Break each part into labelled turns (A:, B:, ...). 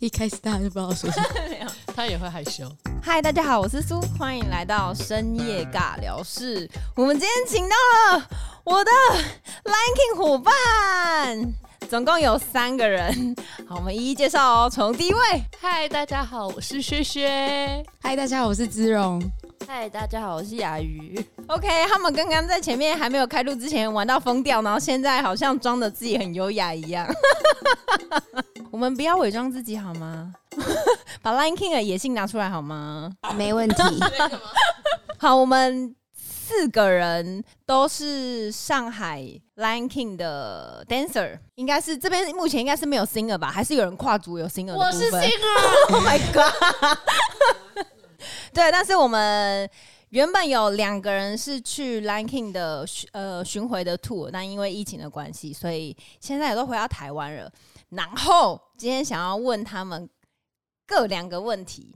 A: 一开始大家就不知道说什么。
B: 他也会害羞。
C: 嗨，大家好，我是苏，欢迎来到深夜尬聊室。我们今天请到了我的 Lion King 伙伴，总共有三个人。好，我们一一介绍哦。从第一位，
B: 嗨，大家好，我是薛薛。
A: 嗨，大家好，我是姿荣。
C: 嗨，大家好，我是雅瑜。OK，他们刚刚在前面还没有开录之前玩到疯掉，然后现在好像装的自己很优雅一样。我们不要伪装自己好吗？ 把 Lion King 的野性拿出来好吗？
A: 没问题，
C: 好，我们四个人都是上海 Lion King 的 dancer，应该是这边目前应该是没有 singer 吧？还是有人跨足有 singer？的
B: 我是
C: 部分
B: singer，
C: Oh my god！对，但是我们原本有两个人是去 Lion King 的巡呃巡回的 tour，但因为疫情的关系，所以现在也都回到台湾了。然后今天想要问他们各两个问题，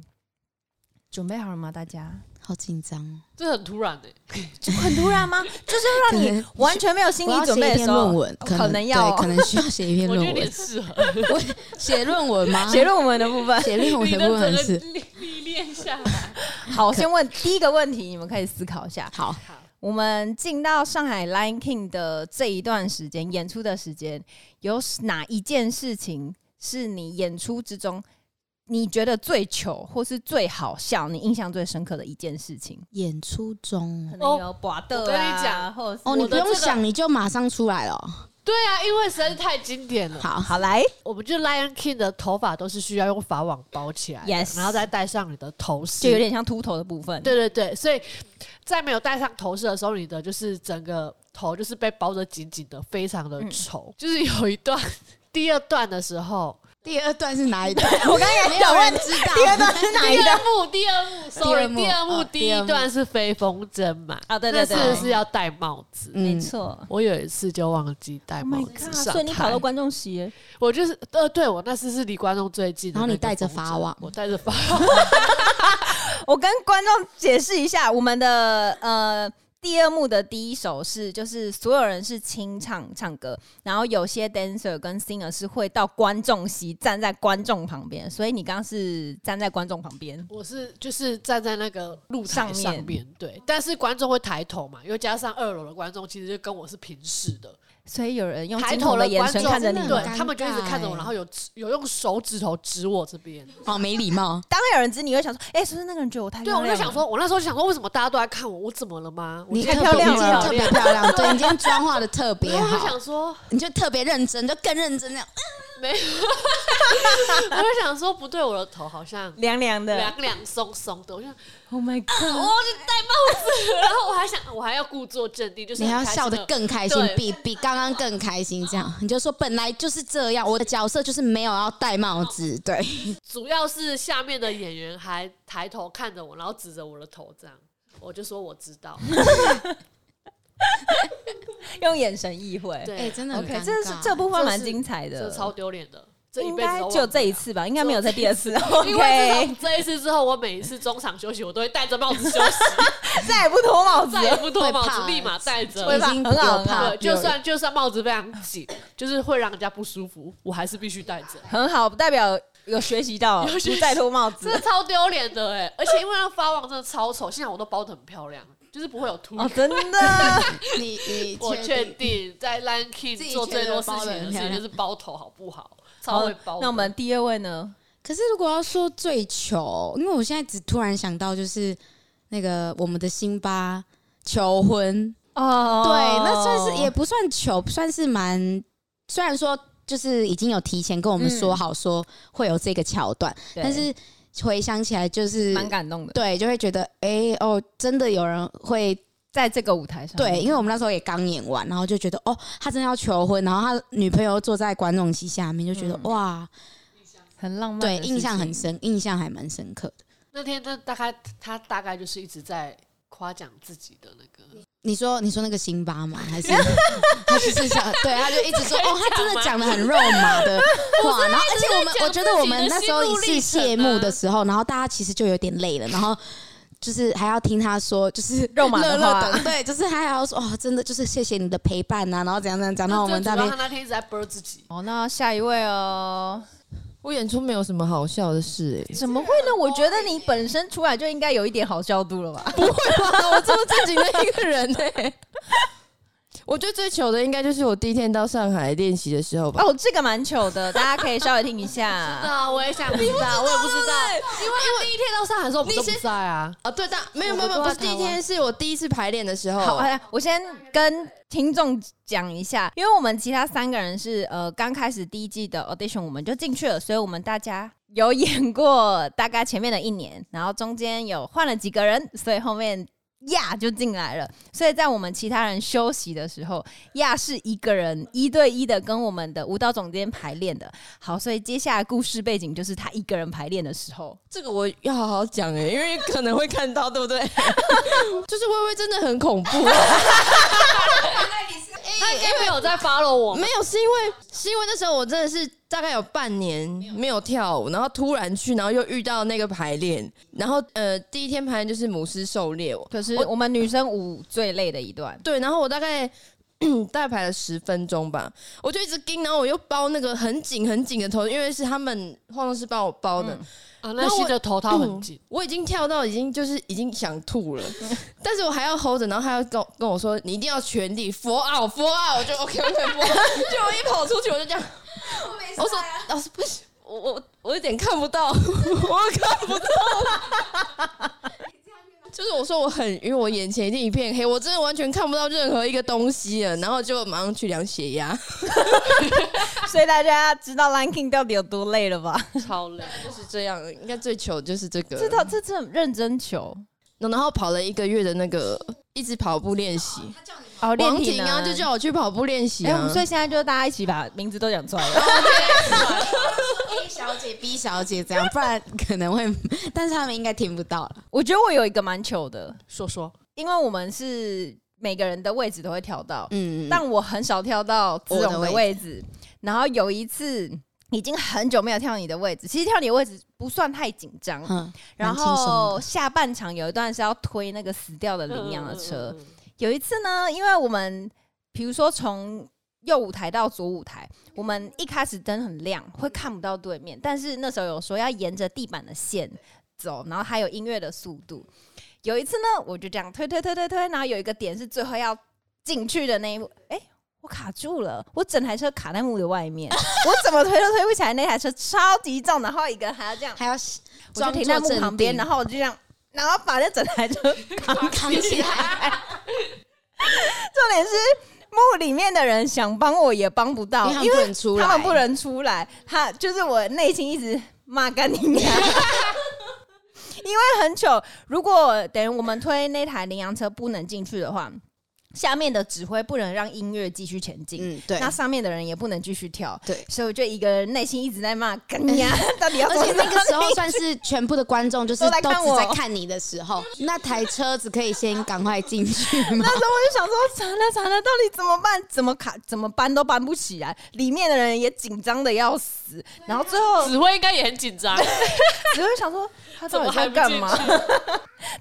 C: 准备好了吗？大家
A: 好紧张。
B: 这很突然的、欸
C: 就很突然吗？就是让
A: 可
C: 你
A: 能
C: 完全没有心
A: 我要
C: 理
A: 写
C: 准
A: 一
C: 备的
A: 篇
C: 时候，哦
A: 论文，
C: 可能要
A: 对，可能需要写一篇
B: 我觉
A: 论
B: 得你很
A: 文。
B: 适合。
A: 写论文吗？
C: 写论文的部分。
A: 写论文
B: 你
A: 的
B: 的
A: 部
B: 整
A: 分
B: 个
A: 是
B: 历历练下来，
C: 好，我先问第一个问题，你们可以思考一下。
A: 好。
C: 我们进到上海 Lion King 的这一段时间，演出的时间，有哪一件事情是你演出之中你觉得最糗，或是最好笑，你印象最深刻的一件事情？
A: 演出中
C: 可能有拔豆啊，
B: 哦我跟你讲
C: 或者是
A: 哦，你不
B: 我的
A: 用
B: 这个
A: 想，你就马上出来了哦。
B: 对啊，因为实在是太经典了。
A: 好，
C: 好来，
B: 我们就 Lion King 的头发都是需要用法网包起来的
C: Yes
B: 然后再戴上你的头饰，
C: 就有点像秃头的部分。
B: 对对对，所以在没有戴上头饰的时候，你的就是整个头就是被包得紧紧的，非常的丑。就是有一段 第二段的时候，
A: 第二段是哪一 段？
C: 我刚刚也
A: 没
C: 想
A: 有人
C: 问
A: 知道。
C: 第二段是哪一
B: 第
C: 段
B: 二幕第二幕
A: 二
B: ，sorry，
A: 幕
B: 第二幕
A: 哦
B: 第一段是飞风筝嘛？
C: 啊？对
B: 但
C: 对
B: 是
C: 对，
B: 是要戴帽子。
A: 嗯
C: 没错。
B: 我有一次就忘记戴
C: Oh
B: 帽
C: my
B: 子
C: god！
B: 上
C: 所以你跑
B: 台
C: 到观众席了，
B: 我就是呃，对我那次是离观众最近的
A: 然后
B: 那
A: 你
B: 个
A: 戴着
B: 风筝
A: 法网
B: 我戴着法
C: 我跟观众解释一下，我们的呃第二幕的第一首是，就是所有人是清唱唱歌，然后有些 dancer 跟 singer 是会到观众席站在观众旁边，所以你刚刚是站在观众旁边。
B: 我是就是站在那个露台上
C: 上面
B: 面对，但是观众会抬头嘛，又加上二楼的观众其实就跟我是平视的，
C: 所以有人用
B: 抬
C: 惊
B: 头
C: 恐的
B: 的
C: 眼
B: 观
C: 神
B: 众
C: 看着你
A: 真的
C: 们。
A: 很
B: 对他们就一直
A: 尴尬
B: 看着我，
A: 欸
B: 然后有指有用手指头指我这边，
A: 好没礼貌。
C: 当然有人知你会想说，哎、是不是那个人觉得我太
B: 对
C: 漂
B: 我
C: 亮
B: 就
C: 了
B: 想，说，我那时候就想说，为什么大家都在看我，我怎么了吗？我
A: 你
B: 今天
A: 特
C: 太
A: 别
C: 漂亮
A: 你今天
C: 了
A: 特别漂亮，对你今天妆化的特别
B: 然后我就
A: 好，
B: 想说，
A: 你就特别认真，就更认真那样。
B: 我就想说，不对，我的头好像
C: 凉凉的
B: 凉凉松松的，我就想
C: ，Oh my
B: 我
C: god！
B: 就戴帽子，然后我还想，我还要故作镇定，就是
A: 你还要
B: 很开心
A: 笑得
B: 地
A: 更开心
B: 对，
A: 比比刚刚更开心，这样你就说本来就是这样，我的角色就是没有要戴帽子，对，
B: 主要是下面的演员还抬头看着我，然后指着我的头这样，我就说我知 道。
C: 用眼神意会。
B: 对，
A: 哎，真的很
C: OK，
A: 尴
C: 这是
A: 尬
C: 这部分蛮
B: 这是
C: 精彩
B: 这
C: 的，
B: 超丢脸的，这一
C: 应
B: 辈子
C: 该
B: 都忘不
C: 就这一
B: 了。
C: 次吧，应该没有再第二次。 哦
B: 因为
C: OK，
B: 自从这一次之后，我每一次中场休息，我都会戴着帽子休息，
C: 再也不脱帽子
B: 再也
C: 了。
B: 不脱帽
A: 会
B: 子，
A: 怕
B: 立马戴着。
C: 会
A: 已
C: 吧
A: 经不
C: 很好
A: 要
C: 很
A: 怕
C: 好
B: 对，，就算就算帽子非常紧， 就是会让人家不舒服，我还是必须戴着。
C: 很好，不代表有学习到，
B: 有学习
C: 不再脱帽
B: 这
C: 子。
B: 超丢脸的哎、而且因为那发网真的超丑，现在我都包的很漂亮，就是不会有凸
C: 哦，真的，
A: 你你
B: 我确
A: 确定
B: 定在 l a n k i
A: 自
B: n
A: 己
B: 做最多事
A: 觉得包
B: 情
A: 得
B: 的
A: 很
B: 事
A: 漂
B: 情
A: 亮
B: 就是包头，好不好？
C: 好
B: 超会包的。
C: 那我们第二位呢？
A: 可是如果要说最糗，因为我现在只突然想到就是那个我们的辛巴求婚，
C: 哦
A: 对，那算是也不算糗，算是蛮虽然说就是已经有提前跟我们说好说会有这个桥段，
C: 对
A: 但是回想起来就是
C: 蛮感动的，
A: 对，就会觉得哎、哦，真的有人会
C: 在这个舞台上，
A: 对，因为我们那时候也刚演完，然后就觉得哦，他真的要求婚，然后他女朋友坐在观众席下面，就觉得、
C: 嗯
A: 哇，
C: 很浪漫的
A: 对，
C: 事情，
A: 印象很深，印象还蛮深刻的。
B: 那天他大概他大概就是一直在夸奖自己的那个，
A: 你说你说那个辛巴吗？还是 他就是想对，他就一直 说哦，他真的讲的很肉麻的话，然后而且我们
B: 讲
A: 我觉得我
B: 自
A: 们
B: 己的
A: 那时候
B: 心路
A: 是
B: 历程
A: 谢幕
B: 啊
A: 的时候，然后大家其实就有点累了，然后。就是还要听他说，就是
C: 肉麻的
A: 乐乐
C: 话
A: 等，对，就是还要说哦，真的就是谢谢你的啊 陪伴呐、然后怎样怎样怎样，然后我们
B: 就
A: 在
B: 主
A: 那
B: 要
A: 边
B: 他那天一直在啵自己，
C: 哦，那下一位哦，
D: 我演出没有什么好笑的事 哎、
C: 怎么会呢？我觉得你
B: 哎
C: 本身出来就应该有一点好笑度了吧？
D: 不会吧？我这么正经的一个人呢、欸我觉得最糗的应该就是我第一天到上海练习的时候吧。
C: 哦，这个蛮糗的，大家可以稍微听一
B: 真
C: 下。
B: 啊的，我也想知道，我也 不知道，因为第一天到上海的时候，我们都
D: 你
B: 不
D: 先
B: 在 啊。
D: 啊，对，但没有没有没有，不是第一天，是我第一次排练的时候。
C: 好，哎我先跟听众讲一下，因为我们其他三个人是呃刚开始第一季的 audition 我们就进去了，所以我们大家有演过大概前面的一年，然后中间有换了几个人，所以后面亚就进来了。所以在我们其他人休息的时候，亚是一个人一对一的跟我们的舞蹈总监排练的。好，所以接下来故事背景就是他一个人排练的时候。
D: 这个我要好好讲哎、因为可能会看到，对不 对？就是微微真的很恐怖，
B: 他应该没有在 follow 我们，
D: 没有是因为是因为那时候我真的是大概有半年没有跳舞，然后突然去，然后又遇到那个排练，然后呃第一天排练就是母狮狩猎，
C: 可是我们女生舞最累的一段，
D: 对，然后我大概。 大概排了十分钟吧，我就一直盯，然后我又包那个很紧很紧的头，因为是他们化妆师帮我包的，
B: 啊那新的
D: 哦
B: 头套很 紧，
D: 我已经跳到已经就是已经想吐 了，但是我还要 hold 着，然后他要跟我跟我说你一定要全力 for out for out，我就 OK OK for out，就 我一跑出去我就这样，我啊说老师不行，我我我有点看不到， 我看不到， 就是我说我很晕，我眼前一定一片黑，我真的完全看不到任何一个东西了，然后就马上去量血压，
C: 所以大家知道 Lanking 到底有多累了吧？
B: 超累。
D: 就是这样，应该最糗就是这个，
C: 这套这这认真球
D: 然后跑了一个月的那个一直跑步练习。
C: 哦，
D: 王
C: 体
D: 婷啊，就叫我去跑步练习
C: 哎，我
D: 啊
C: 们。所以现在就大家一起把名字都讲出来了。
A: A 小姐、B 小姐这样，不然可能会，但是他们应该听不到了。
C: 我觉得我有一个蛮糗的，
B: 说说，
C: 因为我们是每个人的位置都会跳到，
A: 嗯，
C: 但我很少跳到子荣
A: 我
C: 的
A: 的
C: 位置。然后有一次已经很久没有跳你的位置，其实跳你的位置不算太紧张。
A: 嗯，
C: 然
A: 蛮轻松的
C: 后下半场有一段是要推那个死掉的羚羊的车，
B: 嗯，嗯嗯嗯
C: 有一次呢，因为我们比如说从右舞台到左舞台，我们一开始灯很亮，会看不到对面，但是那时候有说要沿着地板的线走，然后还有音乐的速度。有一次呢，我就这样推推推推推，然后有一个点是最后要进去的那一幕，哎、我卡住了，我整台车卡在幕的 外面，我怎么推都推不起来，那台车超级重，然后一个人还要这样，
A: 还要
C: 我就
A: 装
C: 停在
A: 作
C: 幕
A: 镇
C: 旁边，
A: 定
C: 然后我就这样，然后把那整台 车
A: 扛起来，
C: 重点是幕里面的人想帮我也帮不到，
A: 因
C: 因
A: 为他们不
C: 为
A: 能出来，
C: 他们不 能出来。他就是我内心一直骂干 你娘。因为很久，如果等于我们推那台羚羊车不能进去的话，下面的指挥不能让音乐继续前进，
A: 嗯，对
C: 那。上面的人也不能继续跳，
A: 对
C: 所以我就一个人内心一直在骂干你 娘， 到底要
A: 而
C: 怎么
A: 且那个时
C: 弄
A: 候
C: 你
A: 算是全部的观众，就是都
C: 都在看
A: 只
C: 我
A: 在看你的时候，那台车子可以先赶快进 去吗？
C: 那时候我就想说，惨了惨了，到底怎么办？怎么卡？怎么搬都搬不起来，里面的人也紧张的要死。
B: 啊
C: 然后最后
B: 指挥应该也很紧张，
C: 只会想说，他
B: 怎
C: 到
B: 么
C: 底
B: 还
C: 在
B: 不
C: 干
B: 进
C: 嘛？
B: 去？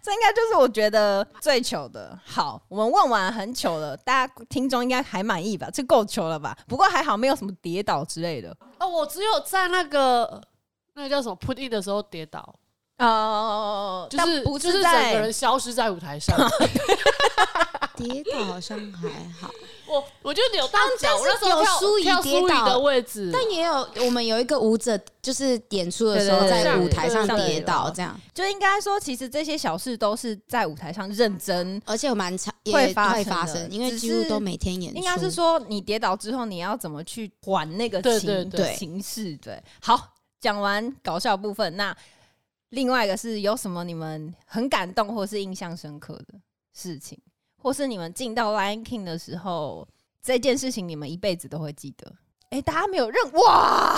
C: 这应该就是我觉得最糗的。好，我们问完很糗了，大家听众应该还满意吧？这够糗了吧？不过还好没有什么跌倒之类的。
B: 哦，我只有在那个那个叫什么 put in 的时候跌倒，
C: 哦，
B: 就
C: 但
B: 是
C: 不
B: 就是整
C: 在
B: 个人消失在舞台上，
A: 跌倒好像还好，
B: 我我就扭到脚，
A: 但
B: 我
A: 是
B: 那时候
A: 有
B: 跳
A: 苏怡
B: 跳
A: 跌
B: 苏怡
A: 倒
B: 的位置，
A: 但也有我们有一个舞者，就是演出的时候
C: 对对对
A: 在舞台上
C: 上
A: 跌
C: 上
A: 倒这样，
C: 就应该说，其实这些小事都是在舞台上认真。
A: 而且有蛮常也
C: 会发生的
A: 会发生，因为
C: 只
A: 几乎
C: 是
A: 都每天演出，
C: 应该是说，你跌倒之后，你要怎么去还那个
B: 对
C: 情
B: 对
A: 对
C: 情势？对，好，讲完搞笑部分，那另外一个是有什么你们很感动或是印象深刻的事情，或是你们进到 Lion King 的时候，这件事情你们一辈子都会记得。哎、大家没有认哇，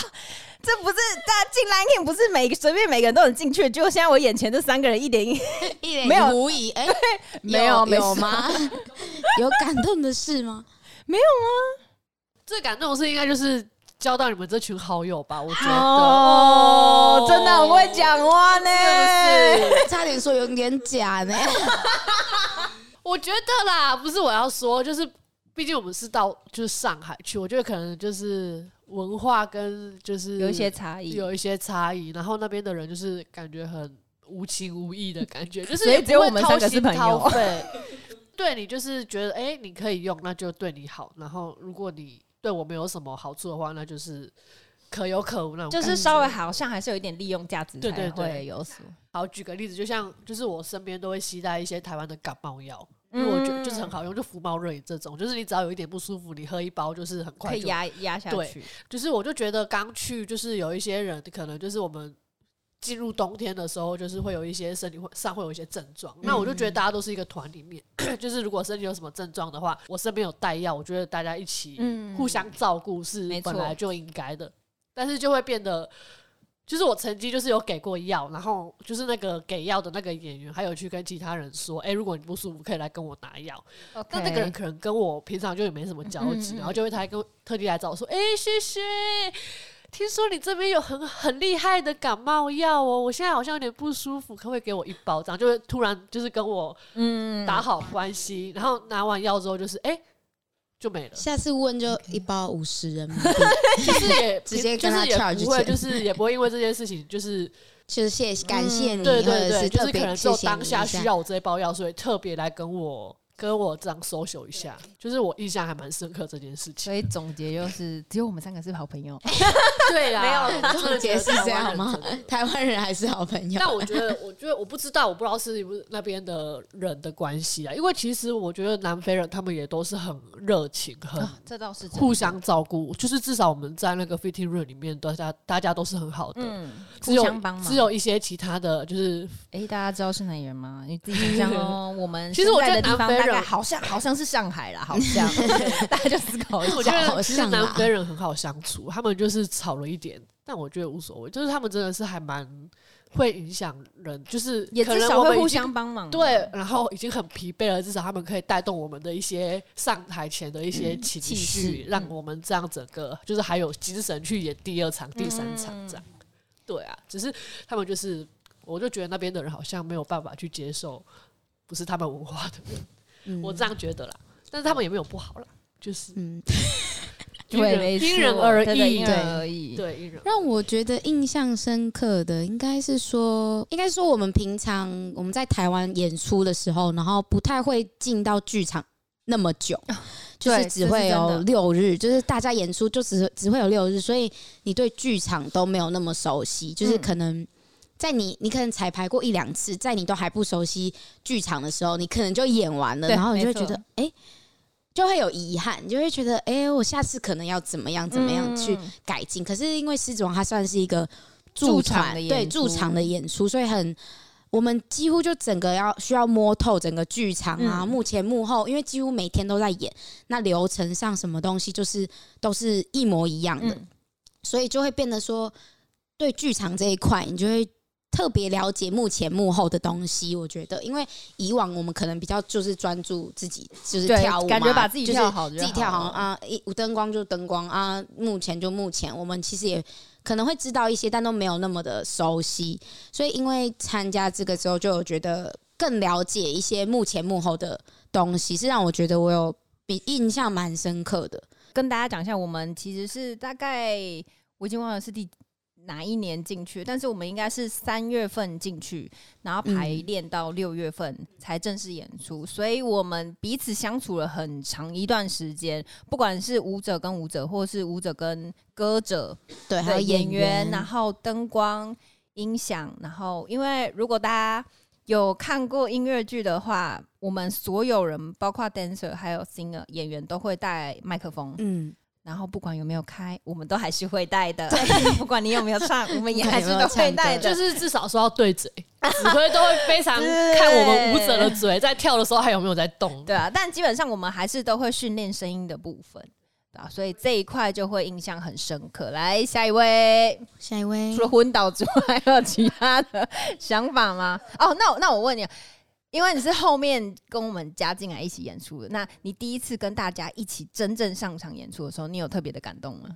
C: 这不是大家进 Lion King 不是每个随便每个人都能进去，结果现在我眼前这三个人一点印
A: 一脸
C: 没有
A: 无疑， 哎，
C: 没有没
A: 有吗？ 有感动的事吗？
B: 最感动的是应该就是交到你们这群好友吧，我觉得
C: 哦，真的很会，讲话呢。
B: 哦是不是？
A: 差点说有点假呢，
B: 我觉得啦，不是我要说，就是。毕竟我们是到就是上海去，我觉得可能就是文化跟就是
C: 有一些差异，
B: 有一些差异，然后那边的人就是感觉很无情无义的感 觉，就是
C: 所以
B: 也不
C: 只有
B: 会
C: 我们
B: 掏
C: 三个
B: 心
C: 是朋友
B: 掏肺对你就是觉得哎、诶你可以用，那就对你好。然后如果你对我们有什么好处的话，那就是可有可无那种感
C: 就
B: 觉。
C: 是稍微好像还是有一点利用价值
B: 对
C: 才
B: 对对
C: 会有所。
B: 好，举个例子，就像就是我身边都会携带一些台湾的感冒药，因为我觉得
C: 嗯
B: 就是很好用，就福猫瑞这种，就是你只要有一点不舒服，你喝一包就是很
C: 可
B: 快
C: 以
B: 就。
C: 压压下
B: 对
C: 去，
B: 就是我就觉得刚去就是有一些人可能就是我们。进入冬天的时候，就是会有一些身体会上会有一些症状。那我就
C: 嗯
B: 觉得大家都是一个团里面， 就是如果身体有什么症状的话，我身边有带药，我觉得大家一起
C: 嗯
B: 互相照顾是
C: 没错
B: 本来就应该的。但是就会变得，就是我曾经就是有给过药，然后就是那个给药的那个演员，还有去跟其他人说，哎、如果你不舒服，可以来跟我拿药。但那个人可能跟我平常就也没什么交
C: 嗯
B: 集，
C: 嗯嗯
B: 然后就会他还跟我特地来找我说：“哎、薛薛，听说你这边有很很厉害的感冒药哦，我现在好像有点不舒服，可不可以给我一包？”这样就会突然就是跟我
C: 嗯
B: 打好关系，然后拿完药之后就是哎、就没了，
A: 下次问就一包五十人民币，
B: 就是也
A: 直接
B: 就
A: 跟他
B: 是也
A: charge
B: 不会，
A: 钱
B: 就是也不会因为这件事情 就是
A: 就是谢谢感谢你，
B: 嗯对
A: 嗯或者
B: 对对，
A: 是
B: 就
A: 特
B: 是可
A: 别
B: 能只
A: 谢
B: 有
A: 谢你
B: 当
A: 一
B: 下需
A: 下。
B: 要我这一包药，所以特别来跟我跟我这样 social 一下，就是我印象还蛮深刻这件事情。
C: 所以总结就是，只有我们三个是好朋 友。
B: 对呀、啊，
A: 没有总结是这样吗
B: 真的觉得台
A: 台
B: 湾人真的？
A: 湾人还是好朋友，
B: 但我觉得，我觉得我不知道，我不知道是不是那边的人的关系啊。因为其实我觉得南非人他们也都是很热情，很
C: 这倒是
B: 互相照顾。就是至少我们在那个 fitting room 里面，大家大家都是很好的，
C: 嗯，
B: 只
C: 互
B: 有
C: 相帮忙。
B: 只有一些其他的，就是
C: 哎，大家知道是哪里人吗？你自己想想 哦。我们
B: 其实我
C: 身
B: 觉
C: 在的
B: 得
C: 地
B: 南
C: 方
B: 非
C: 大
B: 人
C: 概好像好像是上海啦，好 像大家就思考一
B: 我
C: 下
B: 觉。
A: 好
B: 得其实
A: 像
B: 南
A: 啦
B: 非人很好相处，他们就是吵了一点，但我觉得无所谓，就是他们真的是还蛮会影响人，就是
C: 也
B: 可
C: 至
B: 能
C: 少
B: 我们
C: 会
B: 已
C: 互
B: 经
C: 相帮忙。
B: 对，然后已经很疲惫了，至少他们可以带动我们的一些上台前的一些情
C: 嗯气
B: 绪，
C: 势嗯
B: 让我们这样整个就是还有精神去演第二场、第三场这样。
C: 嗯
B: 对啊，只是他们就是，我就觉得那边的人好像没有办法去接受，不是他们文化的人，
A: 嗯
B: 我这样觉得啦。但是他们也没有不好啦，就是
A: 嗯，
B: 因
C: 对，
B: 人
C: 没错
B: 因人而
C: 对对
B: 异啊
C: 因
A: 对
C: 人而异。
B: 对因人
A: 让我觉得印象深刻的，应该是说，应该说我们平常我们在台湾演出的时候，然后不太会进到剧场那么久，就是只会
C: 哦这是真
A: 有
C: 的
A: 六日，就是大家演出就只只会有六日，所以你对剧场都没有那么熟悉，就是
C: 嗯
A: 可能。在你你可能彩排过一两次，在你都还不熟悉剧场的时候，你可能就演完了，
C: 对
A: 然后你就会
C: 没错
A: 觉得，哎、就会有遗憾，你就会觉得，哎、我下次可能要怎么样怎么样去
C: 嗯
A: 改进。可是因为狮子王它算是一个
C: 驻场
A: 团
C: 的演
A: 对
C: 出
A: 驻场的演出，所以很我们几乎就整个要需要摸透整个剧场啊，
C: 嗯
A: 幕前幕后，因为几乎每天都在演，那流程上什么东西就是都是一模一样的，
C: 嗯
A: 所以就会变得说对剧场这一块，你就会。特别了解幕前幕后的东西，我觉得，因为以往我们可能比较就是专注自己，就是
C: 对
A: 跳舞嘛，
C: 感觉把自己
A: 就是
C: 跳好就
A: 自己跳好
C: 了。
A: 啊，一有灯光就灯光啊，幕前就幕前。我们其实也可能会知道一些，但都没有那么的熟悉。所以因为参加这个之后，就有觉得更了解一些幕前幕后的东西，是让我觉得我有比印象蛮深刻的。
C: 跟大家讲一下，我们其实是大概我已经忘了是第哪一年进去，但是我们应该是三月份进去，然后排练到六月份才正式演出，所以我们彼此相处了很长一段时间，不管是舞者跟舞者，或是舞者跟歌者，
A: 对，还有
C: 对演
A: 员，啊
C: 然后灯光、音响，然后因为如果大家有看过音乐剧的话，我们所有人，包括 dancer 还有 singer 演员，都会带麦克风，
A: 嗯，
C: 然后不管有没有开，我们都还是会带的。 不管你有没有唱，我们也还是都会带
A: 对
C: 的。
B: 就是至少说要 对嘴，指挥都会非常看我们舞者的嘴在跳的时候还有没有在动。
C: 对啊，但基本上我们还是都会训练声音的部分，对啊，所以这一块就会印象很深刻。来，下一位，
A: 下一位
C: 除，了昏倒之外， 还有其他的想法吗？哦，那我那我问你，因为你是后面跟我们加进来一起演出的，那你第一次跟大家一起真正上场演出的时候，你有特别的感动吗？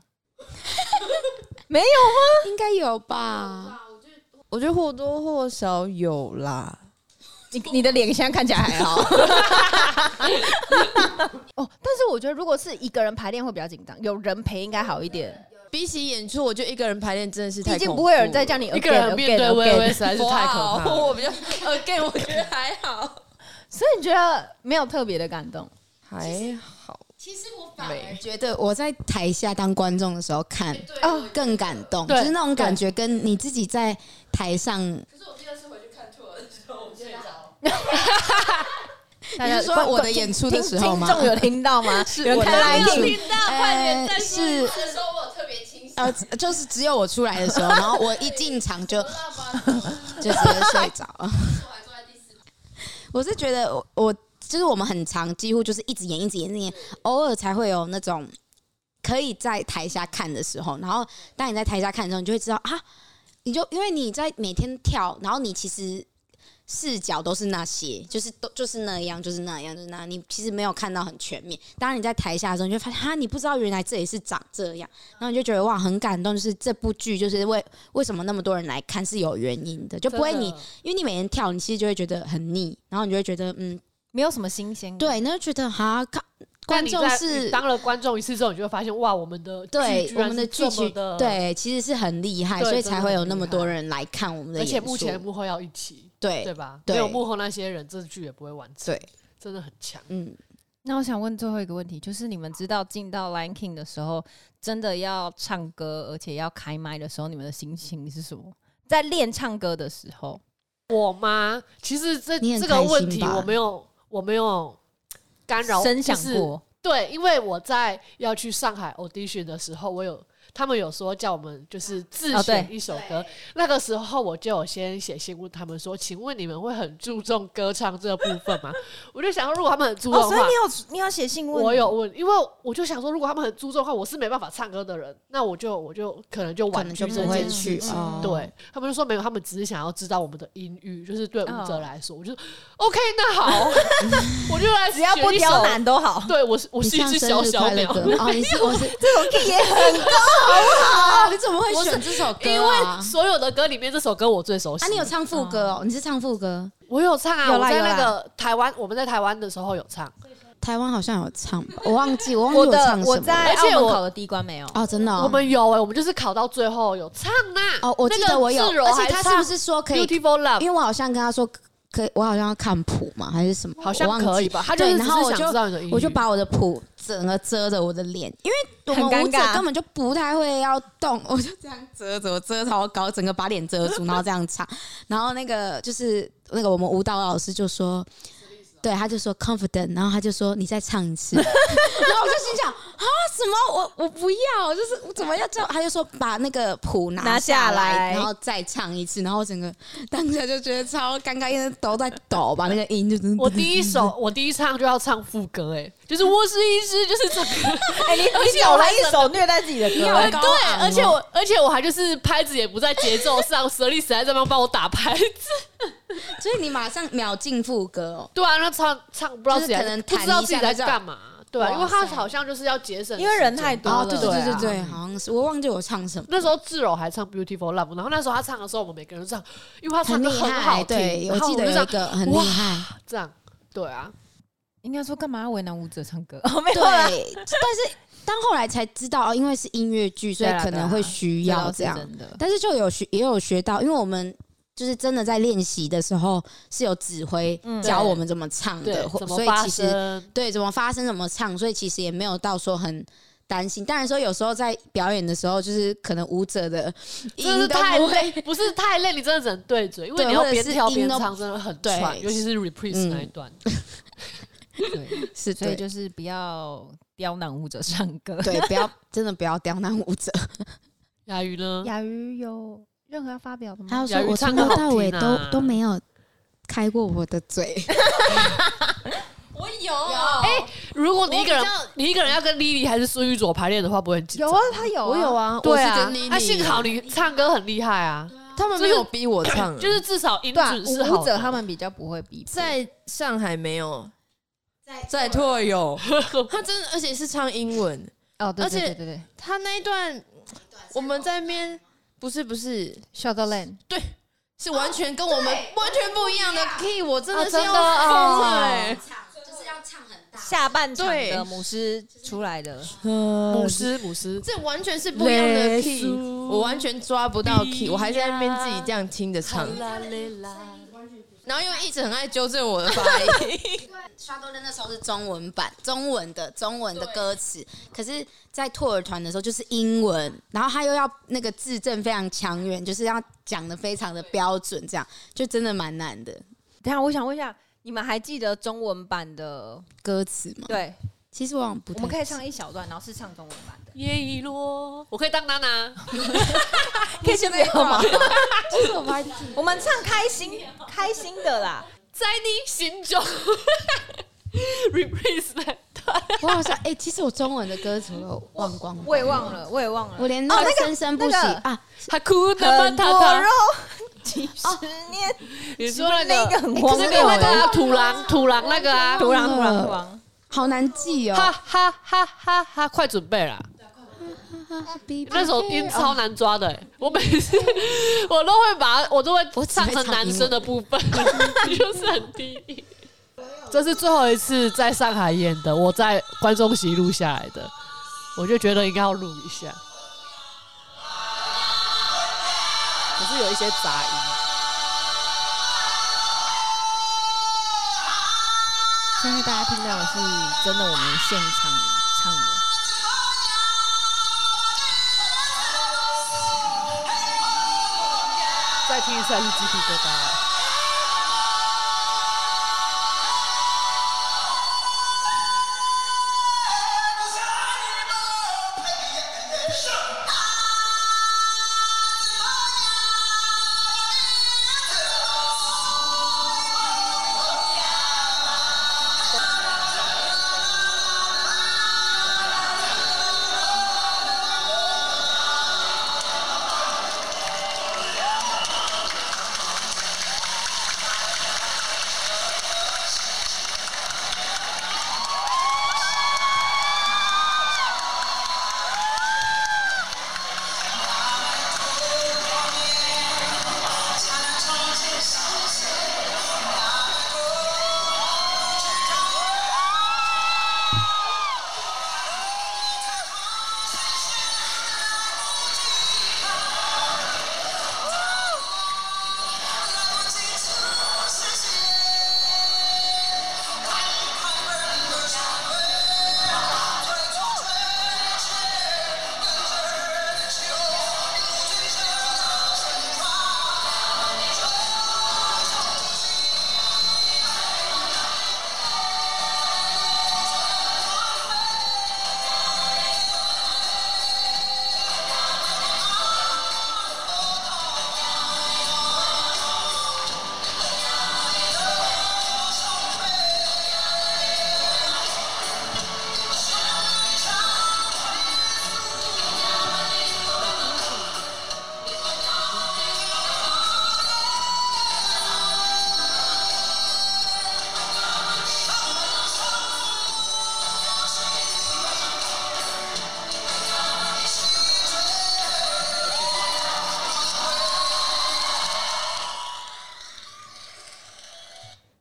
C: 没有，
A: 应该有吧？
D: 我觉得或多或少有啦，
C: 你你的脸现在看起来还好。 哦，但是我觉得如果是一个人排练会比较紧张，有人陪应该好一点，
D: 比起演出，我觉得一个人排练真的是
C: 毕
D: 太
C: 竟
D: 恐
C: 不会有人
D: 怖
C: 在哦
D: 了
C: 叫你
B: 一个人
C: again，
B: 面对
C: again，
B: 微微
C: again
B: 实在是太可怕
D: 哇
B: 了。
D: 我比较 again，我觉得还好，
C: 所以你觉得没有特别的感动？
D: 还好。
A: 其实我反而
D: 没
A: 觉得我在台下当观众的时候看，哦，更感动，就
B: 对
A: 是那种感觉，跟你自己在台上，
D: 可是我第二次回去看 tour 的时候，我睡着。
A: 你是说我的演出的时候吗
C: 听听众有听到吗？有人
A: 我的
C: 看
A: 演
C: l
A: 出
C: i
A: 呃，是
D: 那时候我有特别清醒，
A: 呃，就是只有我出来的时候，然后我一进场 就
D: 知道吗？
A: 就直接睡着了。
D: 我还坐在第四排，
A: 我是觉得我我就是我们很长，几乎就是一直演一直演一直演，偶尔才会有那种可以在台下看的时候，然后当你在台下看的时候，你就会知道啊，你就因为你在每天跳，然后你其实。视角都是那些，就是都就是那样，就是那样，就是那样。你其实没有看到很全面。当你在台下的时候，你就发现哈，你不知道原来这里是长这样，然后你就觉得哇，很感动。就是这部剧，就是为为什么那么多人来看是有原因的，就不会
B: 真的
A: 你因为你每天跳，你其实就会觉得很腻，然后你就会觉得嗯，
C: 没有什么新鲜感。
A: 对，那就觉得哈，看
B: 但
A: 观
B: 你
A: 众
B: 在你
A: 是
B: 当了观众一次之后，你就会发现哇，我们的剧
A: 对
B: 居
A: 我
B: 然
A: 们的
B: 是
A: 剧
B: 这么
A: 情
B: 的，
A: 对，其实是很厉害，
B: 对
A: 所以
B: 真的
A: 才会有
B: 很
A: 那么
B: 厉
A: 多
B: 害
A: 人来看我们的
B: 而
A: 演出。
B: 且幕前幕后要一起，对
A: 对
B: 吧？
A: 对
B: 没有幕后那些人，这剧也不会完成。
A: 对，
B: 真的很强。
A: 嗯，
C: 那我想问最后一个问题，就是你们知道进到 Lion King 的时候，真的要唱歌，而且要开麦的时候，你们的心情是什么？在练唱歌的时候，
B: 我吗？其实这
A: 你很
B: 这个问
A: 开心
B: 题
A: 吧
B: 我没有，我没有干扰，
C: 声响
B: 就是
C: 过，
B: 对，因为我在要去上海 audition 的时候，我有他们有说叫我们就是自
C: 哦
B: 选
C: 对
B: 一首歌，那个时候我就有先写信问他们说，请问你们会很注重歌唱这部分吗？我就想说，如果他们很注重
A: 哦
B: 的话。
C: 有你有写信
B: 我有问，因为我就想说，如果他们很注重的话，我是没办法唱歌的人，那我就我就可能就
A: 可
B: 婉
A: 能
B: 拒
A: 就
B: 这
A: 不会
B: 件事
A: 去
B: 情。
A: 哦。
B: 对他们就说没有，他们只是想要知道我们的音域，就是对舞者
C: 哦
B: 来说，我就说 OK，那好， 我就来
C: 只要不
B: 选一
C: 刁
B: 首
C: 难都好，
B: 对我是我
A: 你
B: 是一
A: 唱
B: 只
A: 生
B: 小
A: 日
B: 小
A: 快乐
B: 鸟，
A: 歌哦，你是我是
C: 这种 key 也很高，
A: 啊，你怎么会
B: 我
A: 选这首
B: 因
A: 歌
B: 为
A: 啊？
B: 所有的歌里面这首歌我最熟悉。
A: 啊，你有唱副歌哦？你是唱副歌？
B: 我有唱啊，
C: 有
B: 我
C: 啦
B: 在
C: 有
B: 那
C: 啦
B: 个台湾，我们在台湾的时候有唱，
A: 台湾好像有唱吧，我忘记，我忘记
C: 我
A: 有唱
C: 的
A: 什么
C: 我
A: 了。
C: 在
B: 而且
C: 澳门
B: 我
C: 考的第一关没有，
A: 哦，真的哦，
B: 我们有哎，我们就是考到最后有唱呐。
A: 哦，我记得我有，
B: 那个
A: 而且他是
B: 还
A: 不
B: 唱
A: 是说可以？
B: Beautiful
A: 因
B: Love，
A: 为我好像跟他说可以，我好像要看谱嘛，还是什么？
B: 好
A: 我
B: 像
A: 忘记
B: 可以吧？他就
A: 对
B: 是只
A: 然后我
B: 是
A: 就
B: 想知道你的音域，
A: 我就把我的谱整个遮着我的脸，因为我
C: 很
A: 们
C: 尴
A: 舞者
C: 尬
A: 根本就不太会要动，我就这样遮着，我遮头搞整个把脸遮住，然后这样唱。然后那个就是那个我们舞蹈老师就说。对，他就说 confident，然后他就说你再唱一 次，然后我就心想啊，什么我我不要，就是我怎么要叫？他就说把那个谱拿
C: 拿下来
A: 来，然后再唱一次，然后我整个当下就觉得超尴尬，因为都在抖吧，那个音就
B: 我第 一首，我第一唱就要唱副歌，哎，就是我是一只，就是这个。
C: 哎，你
B: 而且
C: 你
B: 我
C: 找了
B: 还
C: 一首虐待自己的歌，
A: 好
C: 哎
A: 高
B: 对
A: 昂，
B: 而且
A: 哦
B: 我，而且我还就是拍子也不在节奏上，舌力死在这边帮我打拍 子。
A: 所以你马上秒进副歌哦。
B: 对啊，那唱唱不知道自己
A: 就是可
B: 在
A: 能
B: 不知道
A: 弹一
B: 自
A: 下
B: 己在
A: 就知道
B: 干嘛，对啊，因为
A: 哇
B: 他
A: 塞
B: 好像就是要节省时间，
C: 因为人太多了，
A: 哦，对对
B: 对
A: 对对
B: 啊
A: 对，好像是我忘记我唱什么，
B: 那时候志柔还唱《Beautiful Love》，然后那时候他唱的时候，我们每个人都唱，因为他唱
A: 很
B: 的
A: 厉
B: 好
A: 害，
B: 听，
A: 对，我
B: 然后
A: 记
B: 我
A: 得
B: 就
A: 有
B: 这
A: 一
B: 样
A: 个很厉
B: 哇
A: 害，
B: 这样，对啊，
C: 应该说干嘛要为难舞者唱 歌？哦，没
A: 对，
C: 有啦
A: 但是当后来才知道，哦，因为是音乐剧，所以
C: 对啦
A: 可能会需要这样
C: 知道，是真的。
A: 但是就有学也有学到，因为我们。就是真的在练习的时候是有指挥
C: 嗯
A: 教我们怎么唱
B: 对
A: 的，，或
B: 怎
A: 嗯
B: 么
A: 所以
B: 发
A: 其实
B: 声？
A: 对，怎么发声，怎么唱，所以其实也没有到说很担心。当然说有时候在表演的时候，就是可能舞者的音
B: 真的是
A: 都
B: 太
A: 不会
B: 累，不是太累，你真的只能对嘴，因为
A: 对
B: 你要
A: 或者
B: 边
A: 是
B: 跳
A: 音
B: 边
A: 都
B: 唱，真的很
A: 对
B: 喘，尤其是 reprise
A: 嗯
B: 那一段。
C: 对，
A: 是
C: 所
A: 对，
C: 以就是不要刁难舞者唱歌。
A: 对，不要真的不要刁难舞者。
B: 雅瑜呢？
C: 雅瑜有任何要发表的
A: 他
C: 吗？
A: 要
B: 说
A: 说
B: 雅
A: 我
B: 瑜
A: 从
B: 唱
A: 头
B: 歌好
A: 到尾
B: 听
A: 都、
B: 啊
A: 都没有开过我的嘴，
D: 我有，哎，
B: 如果你一个人
D: 我比较，
B: 你一个人要跟 Lily 还是苏玉卓排练的话，不会很紧张。
C: 有啊，他有，
D: 我有。啊，
B: 对
D: 我是
B: 啊
D: 跟，
B: 那
D: Lily
B: 幸好你唱歌很厉害啊，
D: 他们没有逼我唱，
B: 就是至少音
C: 对啊，
B: 准是好
C: 舞者
B: 的
C: 他们比较不会逼迫，
D: 在上海没有，在拓友，他真的，而且是唱英文，
C: 哦，对对
D: 而且
C: 对对对
D: 他那一段我们在面不是不是，
C: ，Shadowland，
D: 是完全跟我们完全不一样的 key，我真的是
C: 啊
D: 要
C: 真
D: 疯
C: 的哦
D: 了欸。
A: 唱就是要唱很大
C: 下半场
D: 对
C: 的母狮出来的，
B: 母狮母狮，
D: 这完全
A: 呃
D: 是不一样的 key，
B: 耶稣
D: 我完全抓不到 key，我还在那边自己这样听着唱，
B: 啦嘞啦，
D: 然后又一直很爱纠正我的 发音。
A: 刷多的那时候是中文版，中文的中文的歌词，可是，在拓儿团的时候就是英文，然后他又要那个字正非常强远，就是要讲的非常的标准，这样就真的蛮难的
C: 等啊一下我想问一下，你们还记得中文版的？
A: 歌词嘛。
C: 对，
A: 其实我好像不太
C: 我们可以唱一小段，然后是唱中文版的，
B: 叶一落，我可以当娜娜，
C: 可以先不要吗？ 我们唱开心开心的啦，
B: 在你心中 ，reprise 那段
A: 我好像哎、其实我中文的歌词我都忘光了，
C: 我也忘了，我也忘了，
A: 我连那
C: 哦
A: 个
C: 那个
A: 生生不息、
C: 那个
A: 啊，
B: 他哭的
C: 很
B: 吗？
C: 多
B: 他他
C: 肉，几十年，
B: 你说那
C: 那个
B: 个，
C: 很
D: 哎
C: 荒
D: 可
C: 谬
D: 是另外一个
C: 欸
D: 啊
B: 啊，土狼土狼那个啊，
C: 土狼
A: 忘
C: 土狼
A: 了
C: 土狼，
A: 好难记哦。
B: 哈哈哈哈哈，快准备啦！那首音超难抓的、欸，
C: 哦
B: 我每次 我都会把，我都会唱成男生的部分， 就是很低音。这是最后一次在上海演的，我在观众席录下来的，我就觉得应该要录一下。可是有一些杂音，
C: 现在大家听到的是真的我们现场唱的，
B: 再听一次还是鸡皮疙瘩啊。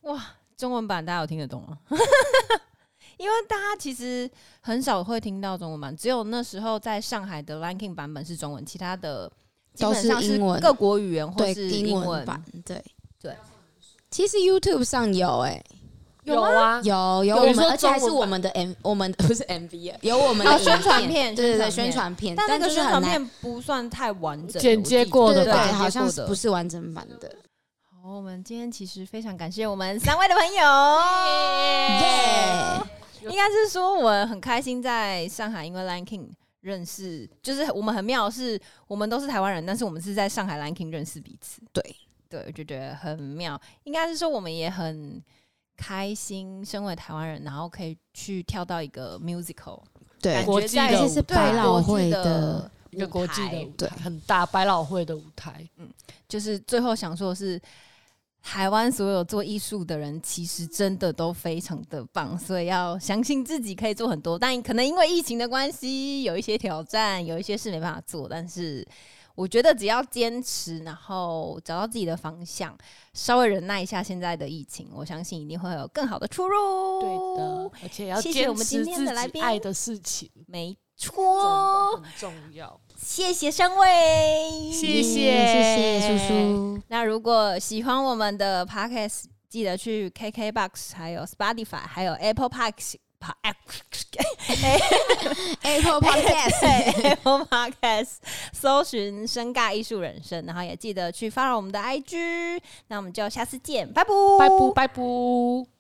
C: 哇，中文版大家有听得懂吗？ 因为大家其实很少会听到中文版，只有那时候在上海的 Ranking 版本是中文，其他的基
A: 都
C: 本
A: 是
C: 上是
A: 英文
C: 各国语言或
A: 对
C: 是
A: 英文
C: 文
A: 版，对
C: 对。
A: 其实 YouTube 上有哎、
C: 有吗
B: 啊，
A: 有有
B: 有
A: 我
B: 你
A: 们，
B: 说
A: 而且还是
B: 中文版
A: 我们的 M，我们不是 MV，啊有我们
C: 哦
A: 的
C: 宣传
A: 影
C: 片
A: 对对对，
C: 宣
A: 宣
C: 传
A: 传片，
C: 但那个
A: 就是
C: 宣
A: 很
C: 传
A: 难
C: 片不算太完整，
B: 剪
C: 我记得
B: 接过
A: 对对对，
B: 的吧
C: 剪接
A: 好像
C: 过
A: 是
C: 的
A: 不是完整版的，
C: 好，我们今天其实非常感谢我们三位的朋 友，
A: 耶！
C: 应该是说我很开心在上海，因为 Lion King 认识，就是我们很妙的是，我们都是台湾人，但是我们是在上海 Lion King 认识彼此，
A: 对
C: 对，我就觉得很妙。应该是说我们也很开心，身为台湾人，然后可以去跳到一个 musical，感
A: 对，
B: 国
C: 觉
B: 际
C: 在
B: 的
A: 而且是
B: 舞
A: 百
C: 对
B: 台，
A: 老
C: 国际
A: 汇
C: 的
A: 的
B: 一个国际
C: 舞台
B: 的舞
A: 对
B: 台，很大百老汇的舞台。
C: 就是最后想说的是，台湾所有做艺术的人其实真的都非常的棒，所以要相信自己可以做很多。但可能因为疫情的关系，有一些挑战，有一些是没办法做，但是我觉得只要坚持，然后找到自己的方向，稍微忍耐一下现在的疫情，我相信一定会有更好的出路。
B: 对的，，而且要
C: 哦谢
B: 坚
C: 谢我们
B: 持
C: 今天的
B: 自
C: 来
B: 己
C: 宾
B: 爱的事情，
C: 没
B: 真
C: 错
B: 的。很重要。
C: 谢谢三位，
B: 谢
A: 耶嗯谢谢叔叔。
C: 那如果喜欢我们的 podcast，记得去 KKBox、还有 Spotify、还有 Apple Park。
A: Apple Podcast，
C: Podcast，Apple Podcast 搜寻“声尬艺术人生”，然后也记得去 follow 我们的 IG。那我们就下次见，拜拜，
B: 拜不拜不。